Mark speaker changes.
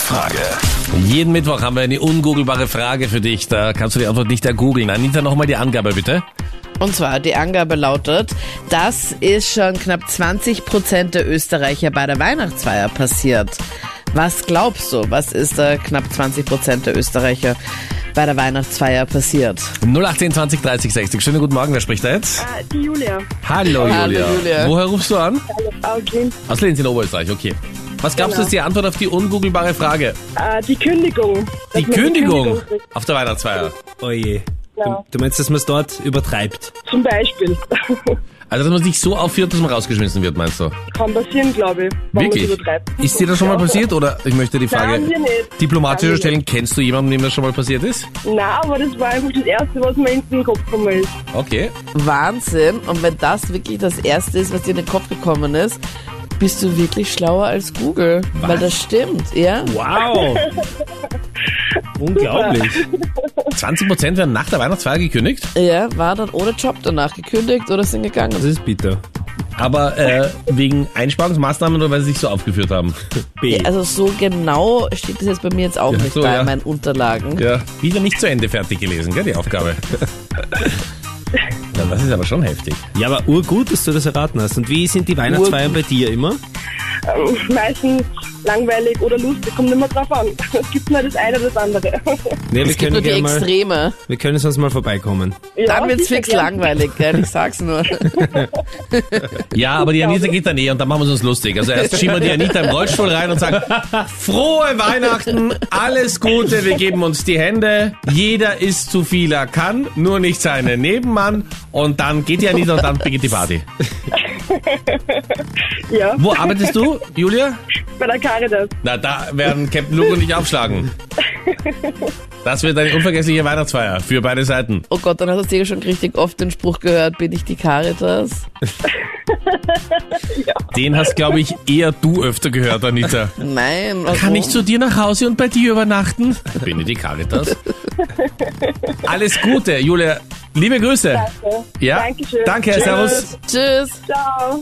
Speaker 1: Frage.
Speaker 2: Jeden Mittwoch haben wir eine ungoogelbare Frage für dich. Da kannst du die Antwort nicht ergoogeln. Anita, nochmal die Angabe bitte.
Speaker 3: Und zwar, die Angabe lautet, das ist schon knapp 20 Prozent der Österreicher bei der Weihnachtsfeier passiert. Was glaubst du, was ist da knapp 20 Prozent der Österreicher bei der Weihnachtsfeier passiert?
Speaker 2: 018 20 30 60. Schönen guten Morgen, wer spricht da jetzt?
Speaker 4: Äh, Die Julia
Speaker 2: Hallo Julia.
Speaker 3: Hallo, Julia.
Speaker 2: Woher rufst du an?
Speaker 4: aus Linz.
Speaker 2: Aus Linz in Oberösterreich, okay. Was glaubst du ist die Antwort auf die ungoogelbare Frage?
Speaker 4: Äh, die Kündigung.
Speaker 2: Die
Speaker 4: Dass man
Speaker 2: Kündigung
Speaker 4: kriegt.
Speaker 2: auf der Weihnachtsfeier.
Speaker 5: Oje.
Speaker 4: Ja.
Speaker 5: Du, du meinst, dass man es dort übertreibt?
Speaker 4: Zum Beispiel.
Speaker 2: Also, dass man sich so aufführt, dass man rausgeschmissen wird, meinst du?
Speaker 4: Kann passieren, glaube ich. Wenn
Speaker 2: Wirklich?
Speaker 4: Man übertreibt.
Speaker 2: Ist dir das schon mal
Speaker 4: Ja.
Speaker 2: passiert? Oder ich möchte die Frage
Speaker 4: Nein, mir nicht.
Speaker 2: diplomatisch
Speaker 4: Nein, mir
Speaker 2: stellen. Kennst du jemanden, dem das schon mal passiert ist?
Speaker 4: Nein, aber das war einfach das Erste, was mir in den Kopf gekommen ist.
Speaker 2: Okay.
Speaker 3: Wahnsinn. Und wenn das wirklich das Erste ist, was dir in den Kopf gekommen ist, bist du wirklich schlauer als Google. Weil das stimmt, ja?
Speaker 5: Wow! Unglaublich.
Speaker 2: 20 Prozent werden nach der Weihnachtsfeier gekündigt.
Speaker 3: Ja, war dann ohne Job danach gekündigt oder sind
Speaker 5: Das
Speaker 3: gegangen.
Speaker 5: ist bitter.
Speaker 2: Aber äh, wegen Einsparungsmaßnahmen oder weil sie sich so aufgeführt haben.
Speaker 5: B.
Speaker 3: Also so genau steht das jetzt bei mir jetzt auch
Speaker 2: Ja,
Speaker 3: nicht
Speaker 2: so,
Speaker 3: da
Speaker 2: ja.
Speaker 3: in meinen Unterlagen.
Speaker 2: Ja. Wieder nicht zu Ende fertig gelesen, gell, die Aufgabe. ja, das ist aber schon heftig.
Speaker 5: Ja, aber urgut, dass du das erraten hast. Und wie sind die Weihnachtsfeiern bei dir immer?
Speaker 4: Ähm, meistens langweilig oder lustig, kommt immer drauf an. Es gibt nur das eine oder das andere.
Speaker 5: Nee, wir
Speaker 3: Es gibt nur
Speaker 5: können,
Speaker 3: die
Speaker 5: gerne mal,
Speaker 3: Extreme.
Speaker 5: wir können sonst mal vorbeikommen.
Speaker 4: Ja,
Speaker 3: Dann wird's
Speaker 4: sicher
Speaker 3: fix
Speaker 4: gern.
Speaker 3: langweilig, gell? Ich sag's nur.
Speaker 2: Ja, aber die Anita geht dann eh und dann machen wir es uns lustig. Also erst schieben wir die Anita im Rollstuhl rein und sagen, frohe Weihnachten, alles Gute, wir geben uns die Hände. Jeder ist zu viel, er kann, nur nicht seinen Nebenmann. Und dann geht die Anita und dann beginnt die Party.
Speaker 4: Ja,
Speaker 2: Wo arbeitest du, Julia?
Speaker 4: bei der Caritas.
Speaker 2: Na, da werden Captain Luke und ich aufschlagen. Das wird eine unvergessliche Weihnachtsfeier für beide Seiten.
Speaker 3: Oh Gott, dann hast du sicher schon richtig oft den Spruch gehört, bin ich die Caritas?
Speaker 2: Den hast, glaube ich, eher du öfter gehört, Anita.
Speaker 3: Nein. also Warum?
Speaker 2: Kann ich zu dir nach Hause und bei dir übernachten? Bin ich die Caritas? Alles Gute, Julia. Liebe Grüße.
Speaker 4: Danke.
Speaker 2: Ja?
Speaker 4: Dankeschön.
Speaker 2: Danke,
Speaker 4: Tschüss.
Speaker 2: Servus.
Speaker 3: Tschüss.
Speaker 4: Ciao.